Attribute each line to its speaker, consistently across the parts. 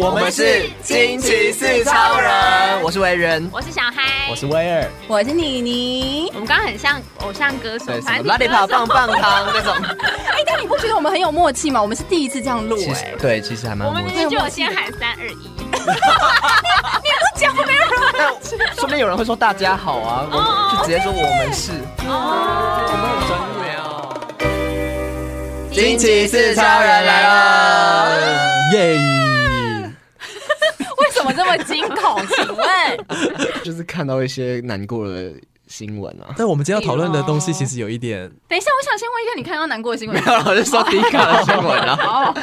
Speaker 1: 我
Speaker 2: 们是惊奇四超人
Speaker 1: 我是维人，
Speaker 3: 我是小嗨，
Speaker 2: 我是威尔，
Speaker 4: 我是妮妮。
Speaker 3: 我们刚刚很像偶像歌手
Speaker 1: 对，，什
Speaker 3: 反
Speaker 1: 么
Speaker 3: 正
Speaker 1: 拉力跑棒棒糖那种。
Speaker 4: 哎，但你不觉得我们很有默契吗？我们是第一次这样录
Speaker 1: 其
Speaker 4: 哎
Speaker 1: 实，对，其实还蛮
Speaker 3: 我
Speaker 1: 默
Speaker 3: 们明
Speaker 1: 契。
Speaker 3: 明就有先喊三二一，
Speaker 1: 但说不定有人会说大家好啊，我们就直接说我们是。我们很专业哦。惊奇四超人来了，
Speaker 2: 耶！
Speaker 4: 为什么这么惊恐？请问，
Speaker 1: 就是看到一些难过的新闻啊。
Speaker 2: 但我们今天要讨论的东西其实有一 点，
Speaker 4: 等一下，我想先问一个，你看到难过的新闻
Speaker 1: 没有啦， 我是说迪卡的新闻啊。
Speaker 4: 哦，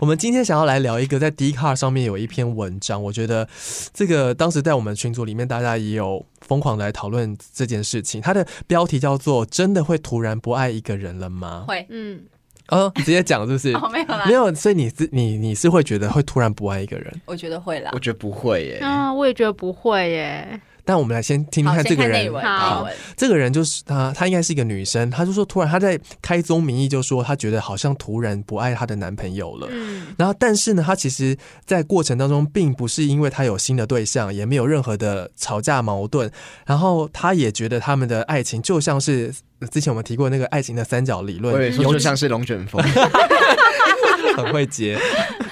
Speaker 2: 我们今天想要来聊一个在 d c a r 上面有一篇文章，我觉得这个当时在我们群组里面大家也有疯狂地来讨论这件事情，它的标题叫做“真的会突然不爱一个人了吗
Speaker 4: 会
Speaker 3: 嗯，”？
Speaker 2: 呃，你直接讲是不是？
Speaker 4: 哦，没有啦
Speaker 2: 没，有，所以你是你你是会觉得会突然不爱一个人，
Speaker 4: 我觉得会啦
Speaker 1: 我。觉得不会耶，
Speaker 3: 啊，我也觉得不会耶，
Speaker 2: 但我们来先听听
Speaker 4: 好，
Speaker 2: 看这
Speaker 4: 先
Speaker 2: 个
Speaker 4: 看
Speaker 2: 人
Speaker 4: 内文，
Speaker 3: 好
Speaker 4: 内文
Speaker 2: 这个人就是她，她应该是一个女生，她就说突然她在开宗明义就说她觉得好像突然不爱她的男朋友了。
Speaker 3: 嗯，
Speaker 2: 然后，但是呢，她其实，在过程当中，并不是因为她有新的对象，也没有任何的吵架矛盾。然后，她也觉得他们的爱情就像是呃之前我们提过那个爱情的三角理
Speaker 1: 我
Speaker 2: 论，
Speaker 1: 以为说
Speaker 2: 有
Speaker 1: 就像是龙卷风，
Speaker 2: 很会接。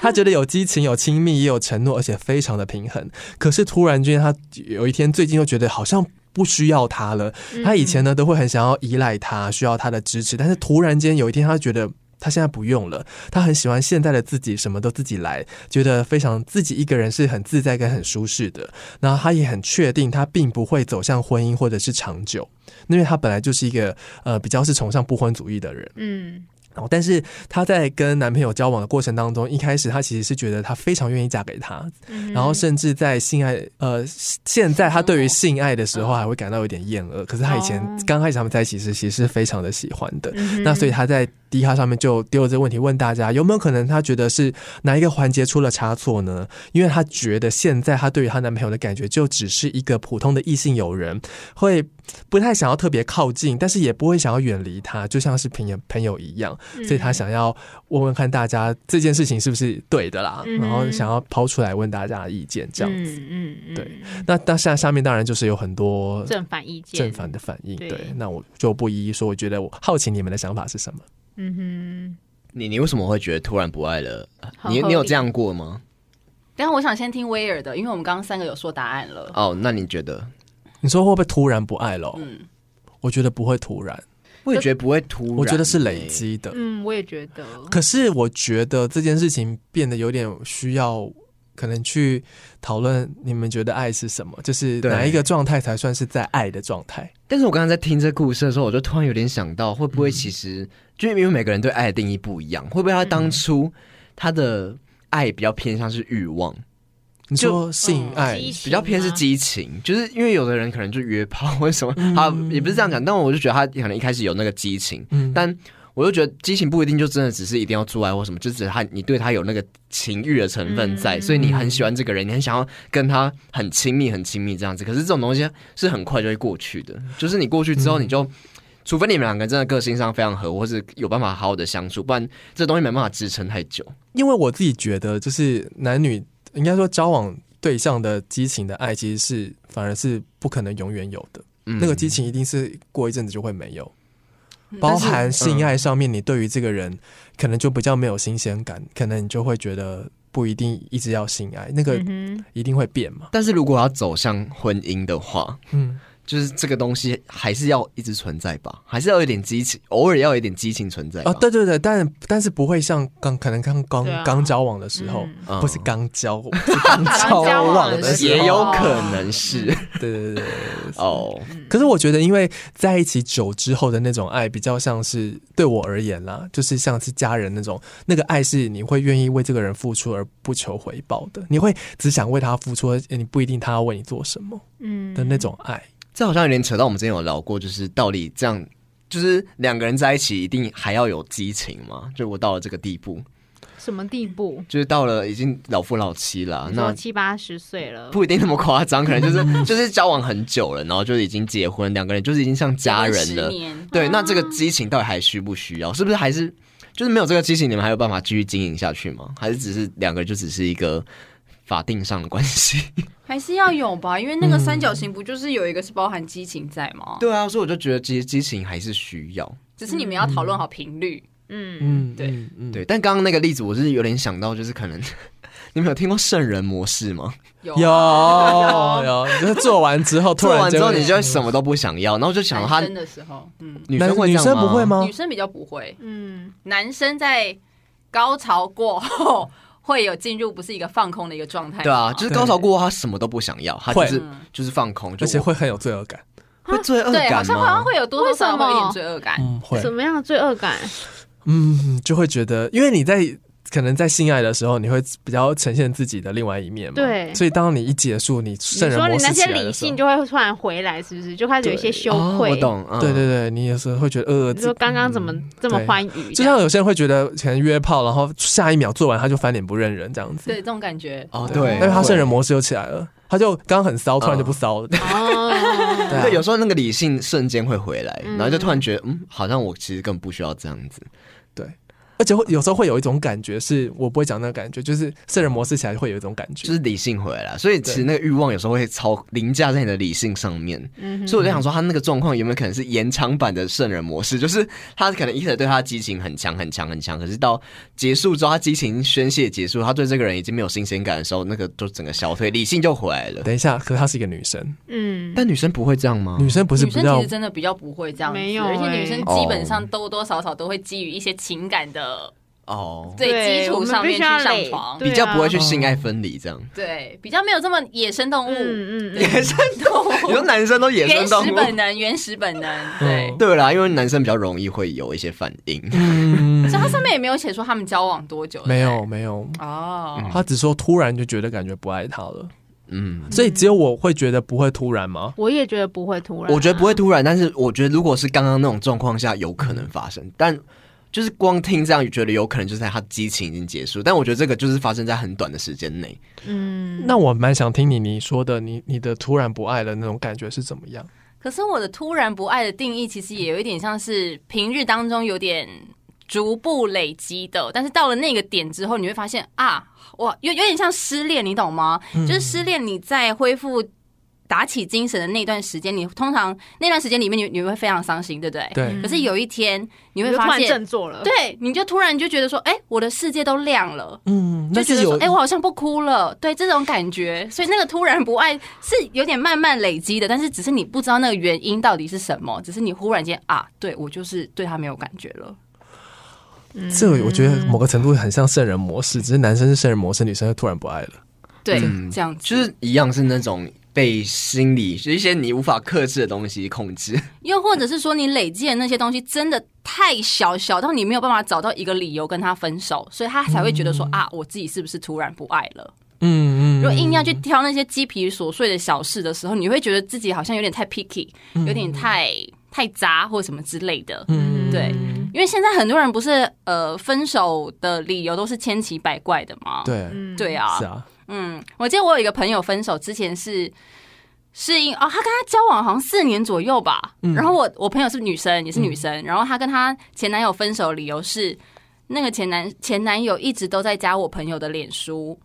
Speaker 2: 他觉得有激情、有亲密，也有承诺，而且非常的平衡。可是突然间，他有一天最近又觉得好像。不需要他了。他以前呢都会很想要依赖他，需要他的支持，但是突然间有一天，他觉得他现在不用了。他很喜欢现在的自己，什么都自己来，觉得非常自己一个人是很自在跟很舒适的。然后他也很确定，他并不会走向婚姻或者是长久，因为他本来就是一个呃比较是崇尚不婚主义的人。
Speaker 3: 嗯，
Speaker 2: 然哦后，但是她在跟男朋友交往的过程当中，一开始她其实是觉得她非常愿意嫁给他，
Speaker 3: 嗯
Speaker 2: 然后甚至在性爱，呃，现在她对于性爱的时候还会感到有点厌恶。可是她以前
Speaker 3: 嗯哦
Speaker 2: 刚开始他们在一起时，其实是非常的喜欢的。
Speaker 3: 嗯哼
Speaker 2: 那所以她在 D 卡上面就丢了这个问题，问大家有没有可能她觉得是哪一个环节出了差错呢？因为她觉得现在她对于她男朋友的感觉就只是一个普通的异性友人，会不太想要特别靠近，但是也不会想要远离他，就像是朋友朋友一样。
Speaker 3: 嗯
Speaker 2: 所以她想要问问看大家这件事情是不是对的啦，
Speaker 3: 嗯
Speaker 2: 然后想要抛出来问大家的意见这样子。
Speaker 3: 嗯嗯
Speaker 2: 对，那那下下面当然就是有很多
Speaker 3: 正反意见，
Speaker 2: 正反的反应，
Speaker 3: 对
Speaker 2: 对，那我就不一一说。我觉得我好奇你们的想法是什么？
Speaker 3: 嗯
Speaker 1: 你你为什么会觉得突然不爱了？
Speaker 3: 好
Speaker 1: 你
Speaker 3: 合
Speaker 1: 你有
Speaker 3: 理
Speaker 1: 这样过吗？
Speaker 4: 等一下我想先听威尔的，因为我们刚刚三个有说答案了。
Speaker 1: 哦，那你觉得？
Speaker 2: 你说会不会突然不爱了？
Speaker 4: 嗯，
Speaker 2: 我觉得不会突然，
Speaker 1: 我也觉得不会突然，欸
Speaker 2: 我觉得是累。积的
Speaker 3: 哼，。嗯，我也觉得，
Speaker 2: 可是我觉得这件事情变得有点需要，可能去讨论你们觉得爱是什么，就是
Speaker 1: 对
Speaker 2: 哪一个状态才算是在爱的状态？
Speaker 1: 但是我刚刚在听这故事的时候，我就突然有点想到，会不
Speaker 2: 嗯
Speaker 1: 会其实就因为每个人对爱的定义不一样，会不会他
Speaker 2: 嗯
Speaker 1: 当初他的爱比较偏向是欲望，
Speaker 2: 你
Speaker 1: 就
Speaker 2: 说性爱，
Speaker 3: 嗯激情啊
Speaker 1: 比较偏是
Speaker 3: 吗，
Speaker 1: 激情，就是因为有的人可能就约炮，为什么？
Speaker 2: 嗯
Speaker 1: 好，也不是这样讲，但我就觉得他可能一开始有那个激情，
Speaker 2: 嗯
Speaker 1: 但我就觉得激情不一定就真的只是一定要做爱或什么，就只是他你对他有那个情欲的成分在，
Speaker 3: 嗯
Speaker 1: 所以你很喜欢这个人，你很想要跟他很亲密、很亲密这样子。可是这种东西是很快就会过去的，就是你过去之后
Speaker 2: 嗯
Speaker 1: 你就。除非你们两个真的个性上非常合，或是有办法好好的相处，不然这东西没办法支撑太久。
Speaker 2: 因为我自己觉得，就是男女应该说交往对象的激情的爱，其实是反而是不可能永远有的。
Speaker 1: 嗯
Speaker 2: 那个激情一定是过一阵子就会没有，
Speaker 4: 嗯
Speaker 2: 包含性爱上面，你对于这个人可能就比较没有新鲜感，可能你就会觉得不一定一直要性爱，那个
Speaker 3: 嗯
Speaker 2: 一定会变嘛。
Speaker 1: 但是如果要走向婚姻的话，
Speaker 2: 嗯，
Speaker 1: 就是这个东西还是要一直存在吧，还是要有点激情，偶尔要有一点激情存在吧。
Speaker 2: 啊，对对对，但但是不会像刚可能刚
Speaker 3: 对啊
Speaker 2: 刚刚交往的时候，
Speaker 3: 嗯
Speaker 1: 嗯
Speaker 2: 不是哦刚交，是刚交
Speaker 3: 交
Speaker 2: 往
Speaker 3: 往
Speaker 2: 的时候，
Speaker 1: 也有可能是
Speaker 2: 对对对对对。
Speaker 1: 哦，
Speaker 2: 可是我觉得，因为在一起久之后的那种爱，比较像是对我而言啦，就是像是家人那种，那个爱是你会愿意为这个人付出而不求回报的，你会只想为他付出，而你不一定他要为你做什么
Speaker 3: 嗯
Speaker 2: 的那种爱。
Speaker 1: 这好像有点扯到我们之前有聊过，就是到底这样，就是两个人在一起一定还要有激情吗？就我到了这个地步，
Speaker 3: 什么地步？
Speaker 1: 就是到了已经老夫老妻了，
Speaker 3: 你说
Speaker 1: 啊那
Speaker 3: 七八十岁了，
Speaker 1: 不一定那么夸张，可能就是 就是交往很久了，然后就已经结婚，两个人就是已经像家人
Speaker 4: 十
Speaker 1: 了。
Speaker 4: 年
Speaker 1: 对，那这个激情到底还需不需要？是不是还是就是没有这个激情，你们还有办法继续经营下去吗？还是只是两个就只是一个法定上的关系？
Speaker 4: 还是要有吧，因为那个
Speaker 2: 嗯
Speaker 4: 三角形不就是有一个是包含激情在吗？
Speaker 1: 对啊，所以我就觉得激激情还是需要。
Speaker 4: 只是你们要讨论好频率。
Speaker 3: 嗯，
Speaker 2: 嗯，
Speaker 4: 对
Speaker 2: 嗯嗯
Speaker 1: 对，但刚刚那个例子，我是有点想到，就是可能 你们有听过圣人模式吗？
Speaker 4: 有啊
Speaker 2: 有有，就是做完之后突
Speaker 1: 做
Speaker 2: 然
Speaker 1: 完
Speaker 2: 间
Speaker 1: 之后你
Speaker 2: 会
Speaker 1: 就会什么都不想要，然后就想到他
Speaker 4: 男生的时候，嗯，
Speaker 1: 女
Speaker 2: 男
Speaker 1: 生会
Speaker 2: 女
Speaker 1: 这样
Speaker 2: 生不会？吗
Speaker 4: 女？生比较不会，
Speaker 3: 嗯，
Speaker 4: 男生在高潮过后会有进入不是一个放空的一个状态吗。
Speaker 1: 对啊，就是高潮过后他什么都不想要，他就是
Speaker 4: 嗯
Speaker 1: 就是放空，就
Speaker 2: 而且
Speaker 1: 我
Speaker 2: 会很有罪恶感，
Speaker 1: 会罪恶
Speaker 4: 啊对，好
Speaker 1: 感
Speaker 4: 像好像
Speaker 1: 吗？
Speaker 4: 会有多多少少
Speaker 3: 为什么
Speaker 4: 会有点罪恶感。
Speaker 2: 嗯，会，
Speaker 3: 什么样的罪恶感？
Speaker 2: 嗯，就会觉得，因为你在可能在性爱的时候，你会比较呈现自己的另外一面嘛，
Speaker 3: 对
Speaker 2: 所以当你一结束，你
Speaker 3: 你
Speaker 2: 圣人
Speaker 3: 说你
Speaker 2: 模式
Speaker 3: 那
Speaker 2: 起
Speaker 3: 些
Speaker 2: 来
Speaker 3: 理
Speaker 2: 的时
Speaker 3: 性
Speaker 2: 候，
Speaker 3: 就会突然回来，是不是？就开始有一些羞
Speaker 1: 哦
Speaker 3: 愧。
Speaker 1: 我懂，嗯
Speaker 2: 对对对，你有时候会觉得呃，
Speaker 3: 你说刚刚怎么这么
Speaker 2: 对
Speaker 3: 欢愉？
Speaker 2: 就像有些人会觉得可能约炮，然后下一秒做完他就翻脸不认人这样子，
Speaker 4: 对，这种感觉。
Speaker 1: 哦
Speaker 2: 对
Speaker 1: 对，
Speaker 2: 但是他
Speaker 1: 会
Speaker 2: 圣人模式又起来了，他就刚刚很骚，突然就不
Speaker 1: 嗯
Speaker 2: 骚了，
Speaker 3: 哦，
Speaker 2: 对啊
Speaker 1: 对，有时候那个理性瞬间会回来，
Speaker 3: 嗯
Speaker 1: 然后就突然觉得，嗯，好像我其实根本不需要这样子。
Speaker 2: 而且会有时候会有一种感觉，是我不会讲那个感觉，就是圣人模式起来会有一种感觉，
Speaker 1: 就是理性回来了，所以其实那个欲望有时候会超凌驾在你的理性上面，
Speaker 3: 嗯
Speaker 1: 所以我在想说，他那个状况有没有可能是延长版的圣人模式？就是他可能一开始对他的激情很强很强很强，可是到结束之后，他激情宣泄结束，他对这个人已经没有新鲜感的时候，那个就整个消退，理性就回来了。
Speaker 2: 等一下，可是她是一个女生，
Speaker 3: 嗯，
Speaker 1: 但女生不会这样吗？
Speaker 2: 女生不是
Speaker 4: 女
Speaker 2: 比
Speaker 4: 生
Speaker 2: 较
Speaker 4: 其实真的比较不会这样子，
Speaker 3: 没有
Speaker 4: 而且
Speaker 3: 欸
Speaker 4: 女生基本上多多少少都会基于一些情感的
Speaker 1: 哦，
Speaker 4: 最基
Speaker 3: 我
Speaker 4: 础
Speaker 3: 们
Speaker 4: 上
Speaker 3: 必
Speaker 4: 面
Speaker 3: 须
Speaker 4: 去
Speaker 3: 要
Speaker 4: 上
Speaker 3: 累
Speaker 4: 床，
Speaker 3: 对
Speaker 1: 比较
Speaker 3: 啊
Speaker 1: 不会去性爱分离这样。
Speaker 4: 哦对，比较没有这么野生动物，
Speaker 3: 嗯嗯
Speaker 4: 对野生动
Speaker 1: 你说
Speaker 4: 物，
Speaker 1: 男生都野
Speaker 4: 原
Speaker 1: 生动
Speaker 4: 始
Speaker 1: 物？
Speaker 4: 本能，原始本能，对。
Speaker 2: 嗯
Speaker 1: 对啦，因为男生比较容易会有一些反应。
Speaker 2: 嗯
Speaker 4: 所以它上面也没有写说他们交往多久，
Speaker 2: 没有没有，
Speaker 4: 哦，
Speaker 2: 她只说突然就觉得感觉不爱他了，
Speaker 1: 嗯，
Speaker 2: 所以只有我会觉得不会突然吗？
Speaker 3: 我也觉得不会突然啊，
Speaker 1: 我觉得不会突然，但是我觉得如果是刚刚那种状况下，有可能发生。但就是光听这样，觉得有可能就是在他激情已经结束。但我觉得这个就是发生在很短的时间内。
Speaker 3: 嗯，
Speaker 2: 那我蛮想听你你说的，你你的突然不爱的那种感觉是怎么样？
Speaker 4: 可是我的突然不爱的定义，其实也有一点像是平日当中有点逐步累积的，但是到了那个点之后，你会发现啊，哇，有有点像失恋，你懂吗？
Speaker 3: 嗯
Speaker 4: 就是失恋，你在恢复。打起精神的那段时间，你通常那段时间里面你，你会非常伤心，对不对？
Speaker 2: 对，
Speaker 4: 可是有一天，
Speaker 3: 你
Speaker 4: 你会
Speaker 3: 就突
Speaker 4: 发
Speaker 3: 然
Speaker 4: 现，
Speaker 3: 振作了，
Speaker 4: 对，你就突然就觉得说，哎、我的世界都亮了，
Speaker 2: 嗯，
Speaker 4: 就
Speaker 2: 那
Speaker 4: 觉
Speaker 2: 是
Speaker 4: 得
Speaker 2: 有
Speaker 4: 说，哎、我好像不哭了，对这种感觉，所以那个突然不爱是有点慢慢累积的，但是只是你不知道那个原因到底是什么，只是你忽然间啊，对我就是对他没有感觉了，
Speaker 3: 嗯，
Speaker 2: 这个我觉得某个程度很像圣人模式，只是男生是圣人模式，女生就突然不爱了。
Speaker 4: 对，
Speaker 1: 嗯
Speaker 4: 这样子，
Speaker 1: 就是一样是那种被心理是一些你无法克制的东西控制。
Speaker 4: 又或者是说你累积的那些东西真的太小，小到你没有办法找到一个理由跟他分手，所以他才会觉得说、啊，我自己是不是突然不爱了？
Speaker 2: 嗯
Speaker 4: 如果硬要去挑那些鸡皮琐碎的小事的时候，你会觉得自己好像有点太 picky，有点太太杂或什么之类的，
Speaker 2: 嗯
Speaker 4: 对
Speaker 3: 嗯
Speaker 4: 因为现在很多人不是呃分手的理由都是千奇百怪的嘛。
Speaker 2: 对，
Speaker 3: 嗯
Speaker 4: 对啊
Speaker 2: 是，啊，
Speaker 4: 嗯，我记得我有一个朋友分手之前是是因哦，他跟他交往好像四年左右吧。
Speaker 2: 嗯
Speaker 4: 然后我我朋友是女生，也是女生，然后她跟她前男友分手的理由是那个前男前男友一直都在加我朋友的脸书，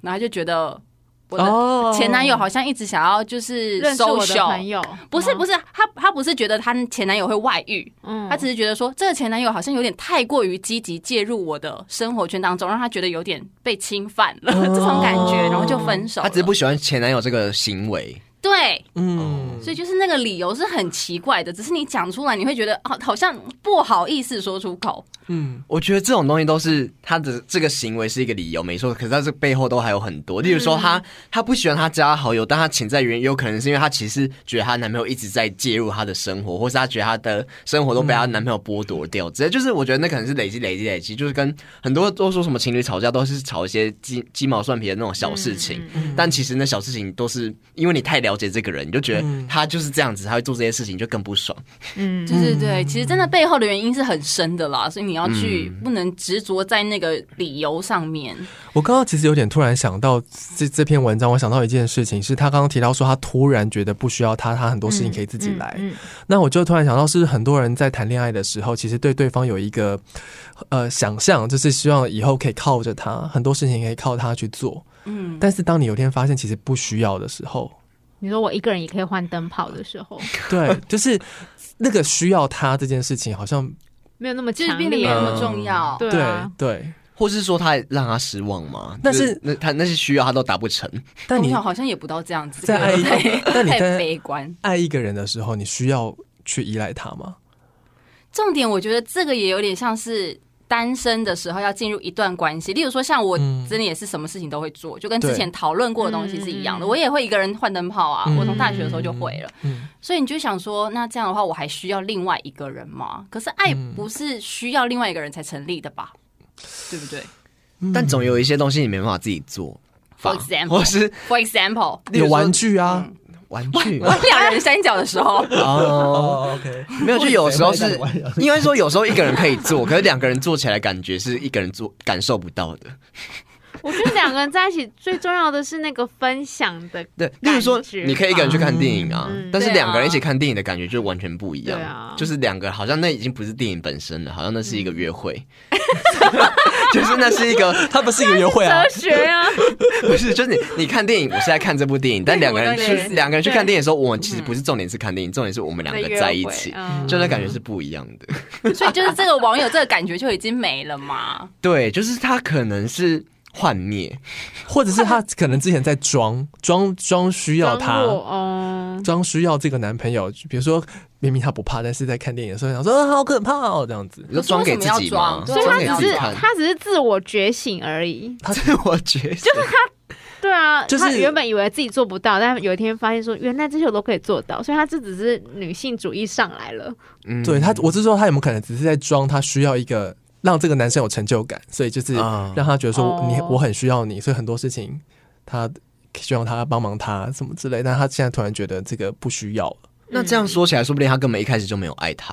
Speaker 4: 然后她就觉得我的
Speaker 2: 哦
Speaker 4: 前男友好像一直想要就是
Speaker 3: 认识我的
Speaker 4: social
Speaker 3: 朋友，嗯
Speaker 4: 不是不
Speaker 3: 是，
Speaker 4: 是，她她不是觉得她前男友会外遇，
Speaker 3: 嗯
Speaker 4: 她只是觉得说这个前男友好像有点太过于积极介入我的生活圈当中，让她觉得有点被侵犯了、这种感觉，然后就分手了。
Speaker 1: 他只是不喜欢前男友这个行为，
Speaker 4: 对，
Speaker 2: 嗯，
Speaker 4: 所以就是那个理由是很奇怪的，只是你讲出来，你会觉得啊好，好像不好意思说出口。
Speaker 2: 嗯，
Speaker 1: 我觉得这种东西都是他的这个行为是一个理由，没错。可是他这背后都还有很多，例如说他、他不喜欢他加好友，但他潜在原因有可能是因为他其实觉得她男朋友一直在介入她的生活，或是她觉得她的生活都被她男朋友剥夺掉。直接就是我觉得那可能是累积累积累积，就是跟很多都说什么情侣吵架都是吵一些鸡鸡毛蒜皮的那种小事情，但其实那小事情都是因为你太了解这个人，你就觉得
Speaker 2: 嗯
Speaker 1: 他就是这样子，他会做这些事情，就更不爽。
Speaker 3: 嗯
Speaker 4: 对对对，其实真的背后的原因是很深的啦，所以你要去不能执着在那个理由上面。
Speaker 2: 我刚刚其实有点突然想到这这篇文章，我想到一件事情，是他刚刚提到说他突然觉得不需要他，他很多事情可以自己来。
Speaker 3: 嗯嗯
Speaker 2: 那我就突然想到，是不是很多人在谈恋爱的时候，其实对对方有一个呃想象，就是希望以后可以靠着他，很多事情可以靠他去做。
Speaker 4: 嗯，
Speaker 2: 但是当你有一天发现其实不需要的时候，
Speaker 3: 你说我一个人也可以换灯泡的时候，
Speaker 2: 对，就是那个需要他这件事情，好像
Speaker 3: 没有那么
Speaker 4: 就是
Speaker 3: 强
Speaker 4: 变得没
Speaker 3: 烈
Speaker 4: 有那
Speaker 3: 了，
Speaker 4: 么重要。
Speaker 3: 对
Speaker 2: 对
Speaker 3: 啊，
Speaker 2: 对。
Speaker 1: 或是说他让他失望吗？
Speaker 2: 但是
Speaker 1: 就那他那些需要他都达不成，
Speaker 2: 但
Speaker 4: 从
Speaker 2: 你
Speaker 4: 小好像也不到这样子，
Speaker 2: 在爱一
Speaker 4: 太
Speaker 2: 但你
Speaker 4: 太
Speaker 2: 在
Speaker 4: 悲观。
Speaker 2: 爱一个人的时候，你需要去依赖他吗？
Speaker 4: 重点，我觉得这个也有点像是单身的时候要进入一段关系。例如说，像我
Speaker 2: 嗯
Speaker 4: 真的也是什么事情都会做，就跟
Speaker 2: 对
Speaker 4: 之前讨论过的东西是一样的。
Speaker 3: 嗯
Speaker 4: 我也会一个人换灯泡啊，
Speaker 2: 嗯
Speaker 4: 我从大学的时候就会了。
Speaker 2: 嗯，
Speaker 4: 所以你就想说，那这样的话，我还需要另外一个人吗？可是爱
Speaker 2: 嗯
Speaker 4: 不是需要另外一个人才成立的吧？对不对
Speaker 2: 嗯
Speaker 1: 但总有一些东西你没办法自己做吧。
Speaker 4: For example
Speaker 1: 或是
Speaker 4: ？For example，
Speaker 1: 例如
Speaker 2: 有
Speaker 1: 说
Speaker 2: 玩具啊。
Speaker 1: 玩具
Speaker 4: 我两人三角的时候，
Speaker 1: 哦，
Speaker 2: 哦，OK，
Speaker 1: 没有，就有时候是
Speaker 2: 谁会带你玩
Speaker 1: 应该说有时候一个人可以做，可是两个人做起来感觉是一个人做感受不到的。
Speaker 3: 我觉得两个人在一起最重要的是那个分享的
Speaker 1: 对，例如说
Speaker 3: 感觉吧
Speaker 1: 你可以一个人去看电影啊，
Speaker 3: 嗯
Speaker 1: 但是
Speaker 4: 对啊
Speaker 1: 两个人一起看电影的感觉就完全不一样，
Speaker 3: 对啊
Speaker 1: 就是两个好像那已经不是电影本身了，好像那是一个约 会，就是那是一个
Speaker 2: 他不是一个约会 啊
Speaker 3: 哲，学啊，
Speaker 1: 不是，就是你你看电影，我是在看这部电影，但两个人
Speaker 4: 我懂你的意
Speaker 1: 去
Speaker 4: 思
Speaker 1: 两个人去看电影的时候，我
Speaker 4: 嗯
Speaker 1: 们其实不是重点是看电影，重点是我们两个在一起，
Speaker 3: 嗯
Speaker 1: 就那感觉是不一样的。
Speaker 4: 所以就是这个网友这个感觉就已经没了嘛。
Speaker 1: 对，就是他可能是幻灭，
Speaker 2: 或者是他可能之前在装装装需要
Speaker 3: 装弱
Speaker 2: 他，
Speaker 3: 哦，
Speaker 2: 装需要这个男朋友。比如说，明明他不怕，但是在看电影的时候想说，啊，好可怕哦，这样子。
Speaker 1: 你说装给自己吗？
Speaker 4: 可
Speaker 3: 所以
Speaker 4: 为什
Speaker 1: 装
Speaker 4: 么
Speaker 1: 给自
Speaker 3: 他只
Speaker 4: 要装
Speaker 1: 己
Speaker 3: 是
Speaker 1: 看，
Speaker 3: 他只是自我觉醒而已。
Speaker 1: 他自我觉醒，
Speaker 3: 对啊，
Speaker 2: 就是
Speaker 3: 他原本以为自己做不到，但有一天发现说，原来这些我都可以做到，所以他这只是女性主义上来了。
Speaker 1: 嗯
Speaker 2: 对他，我是说他有没有可能只是在装，他需要一个让这个男生有成就感，所以就是
Speaker 1: 啊
Speaker 4: 嗯
Speaker 2: 让他觉得说
Speaker 3: 哦
Speaker 2: 你我很需要你，所以很多事情他希望他帮忙他什么之类，但他现在突然觉得这个不需要了。
Speaker 1: 那这样说起来，说不定他根本一开始就没有爱他，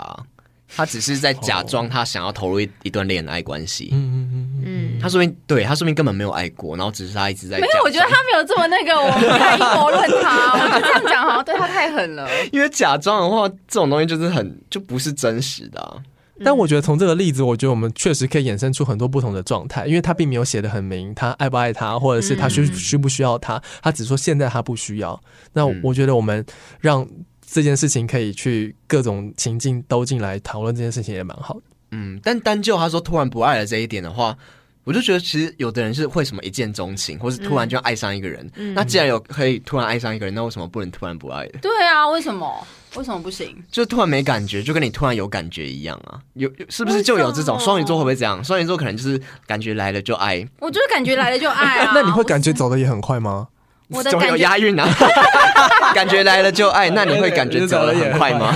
Speaker 1: 他只是在
Speaker 2: 哦
Speaker 1: 假装他想要投入一一段恋爱关系。
Speaker 2: 嗯嗯嗯嗯。
Speaker 3: 嗯，
Speaker 1: 他说明对他说明根本没有爱过，然后只是他一
Speaker 2: 哎
Speaker 1: 直在
Speaker 4: 没有，我觉得
Speaker 1: 假装
Speaker 4: 他没有这么那个，我不太否认他。我觉得这样讲好像对他太狠了。
Speaker 1: 因为假装的话，这种东西就是很就不是真实的、啊。
Speaker 2: 但我觉得从这个例子，我觉得我们确实可以衍生出很多不同的状态，因为他并没有写的很明，他爱不爱他，或者是他需
Speaker 3: 嗯
Speaker 2: 需不需要他，他只说现在他不需要。那
Speaker 1: 嗯
Speaker 2: 我觉得我们让这件事情可以去各种情境都进来讨论这件事情也蛮好的。
Speaker 1: 嗯，但单就他说突然不爱了这一点的话，我就觉得其实有的人是会什么一见钟情，或是突然就爱上一个人。
Speaker 3: 嗯
Speaker 1: 那既然有可以突然爱上一个人，那为什么不能突然不爱的？
Speaker 4: 对啊，为什么？为什么不行？
Speaker 1: 就突然没感觉，就跟你突然有感觉一样啊？有有是不是就有这种
Speaker 3: 为什么
Speaker 1: 双鱼座会不会这样？双鱼座可能就是感觉来了就爱，
Speaker 4: 我就是感觉来了就爱啊。
Speaker 2: 那你会感觉走的也很快吗？
Speaker 4: 我的
Speaker 1: 怎么有
Speaker 4: 感觉
Speaker 1: 押韵啊？ 感觉来了就爱，那你会感觉走得很快 吗？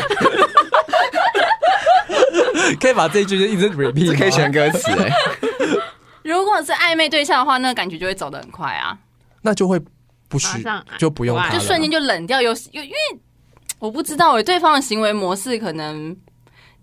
Speaker 2: 可以把这一句就一直 repeat，
Speaker 1: 这
Speaker 2: 吗
Speaker 1: 可以选歌词哎、
Speaker 4: 如果是暧昧对象的话，那个感觉就会走得很快啊，
Speaker 2: 那就会不需
Speaker 3: 马上爱
Speaker 2: 就不用他
Speaker 3: 好
Speaker 2: 了
Speaker 4: 就瞬间就冷掉。有有，因为我不知道诶，对方的行为模式可能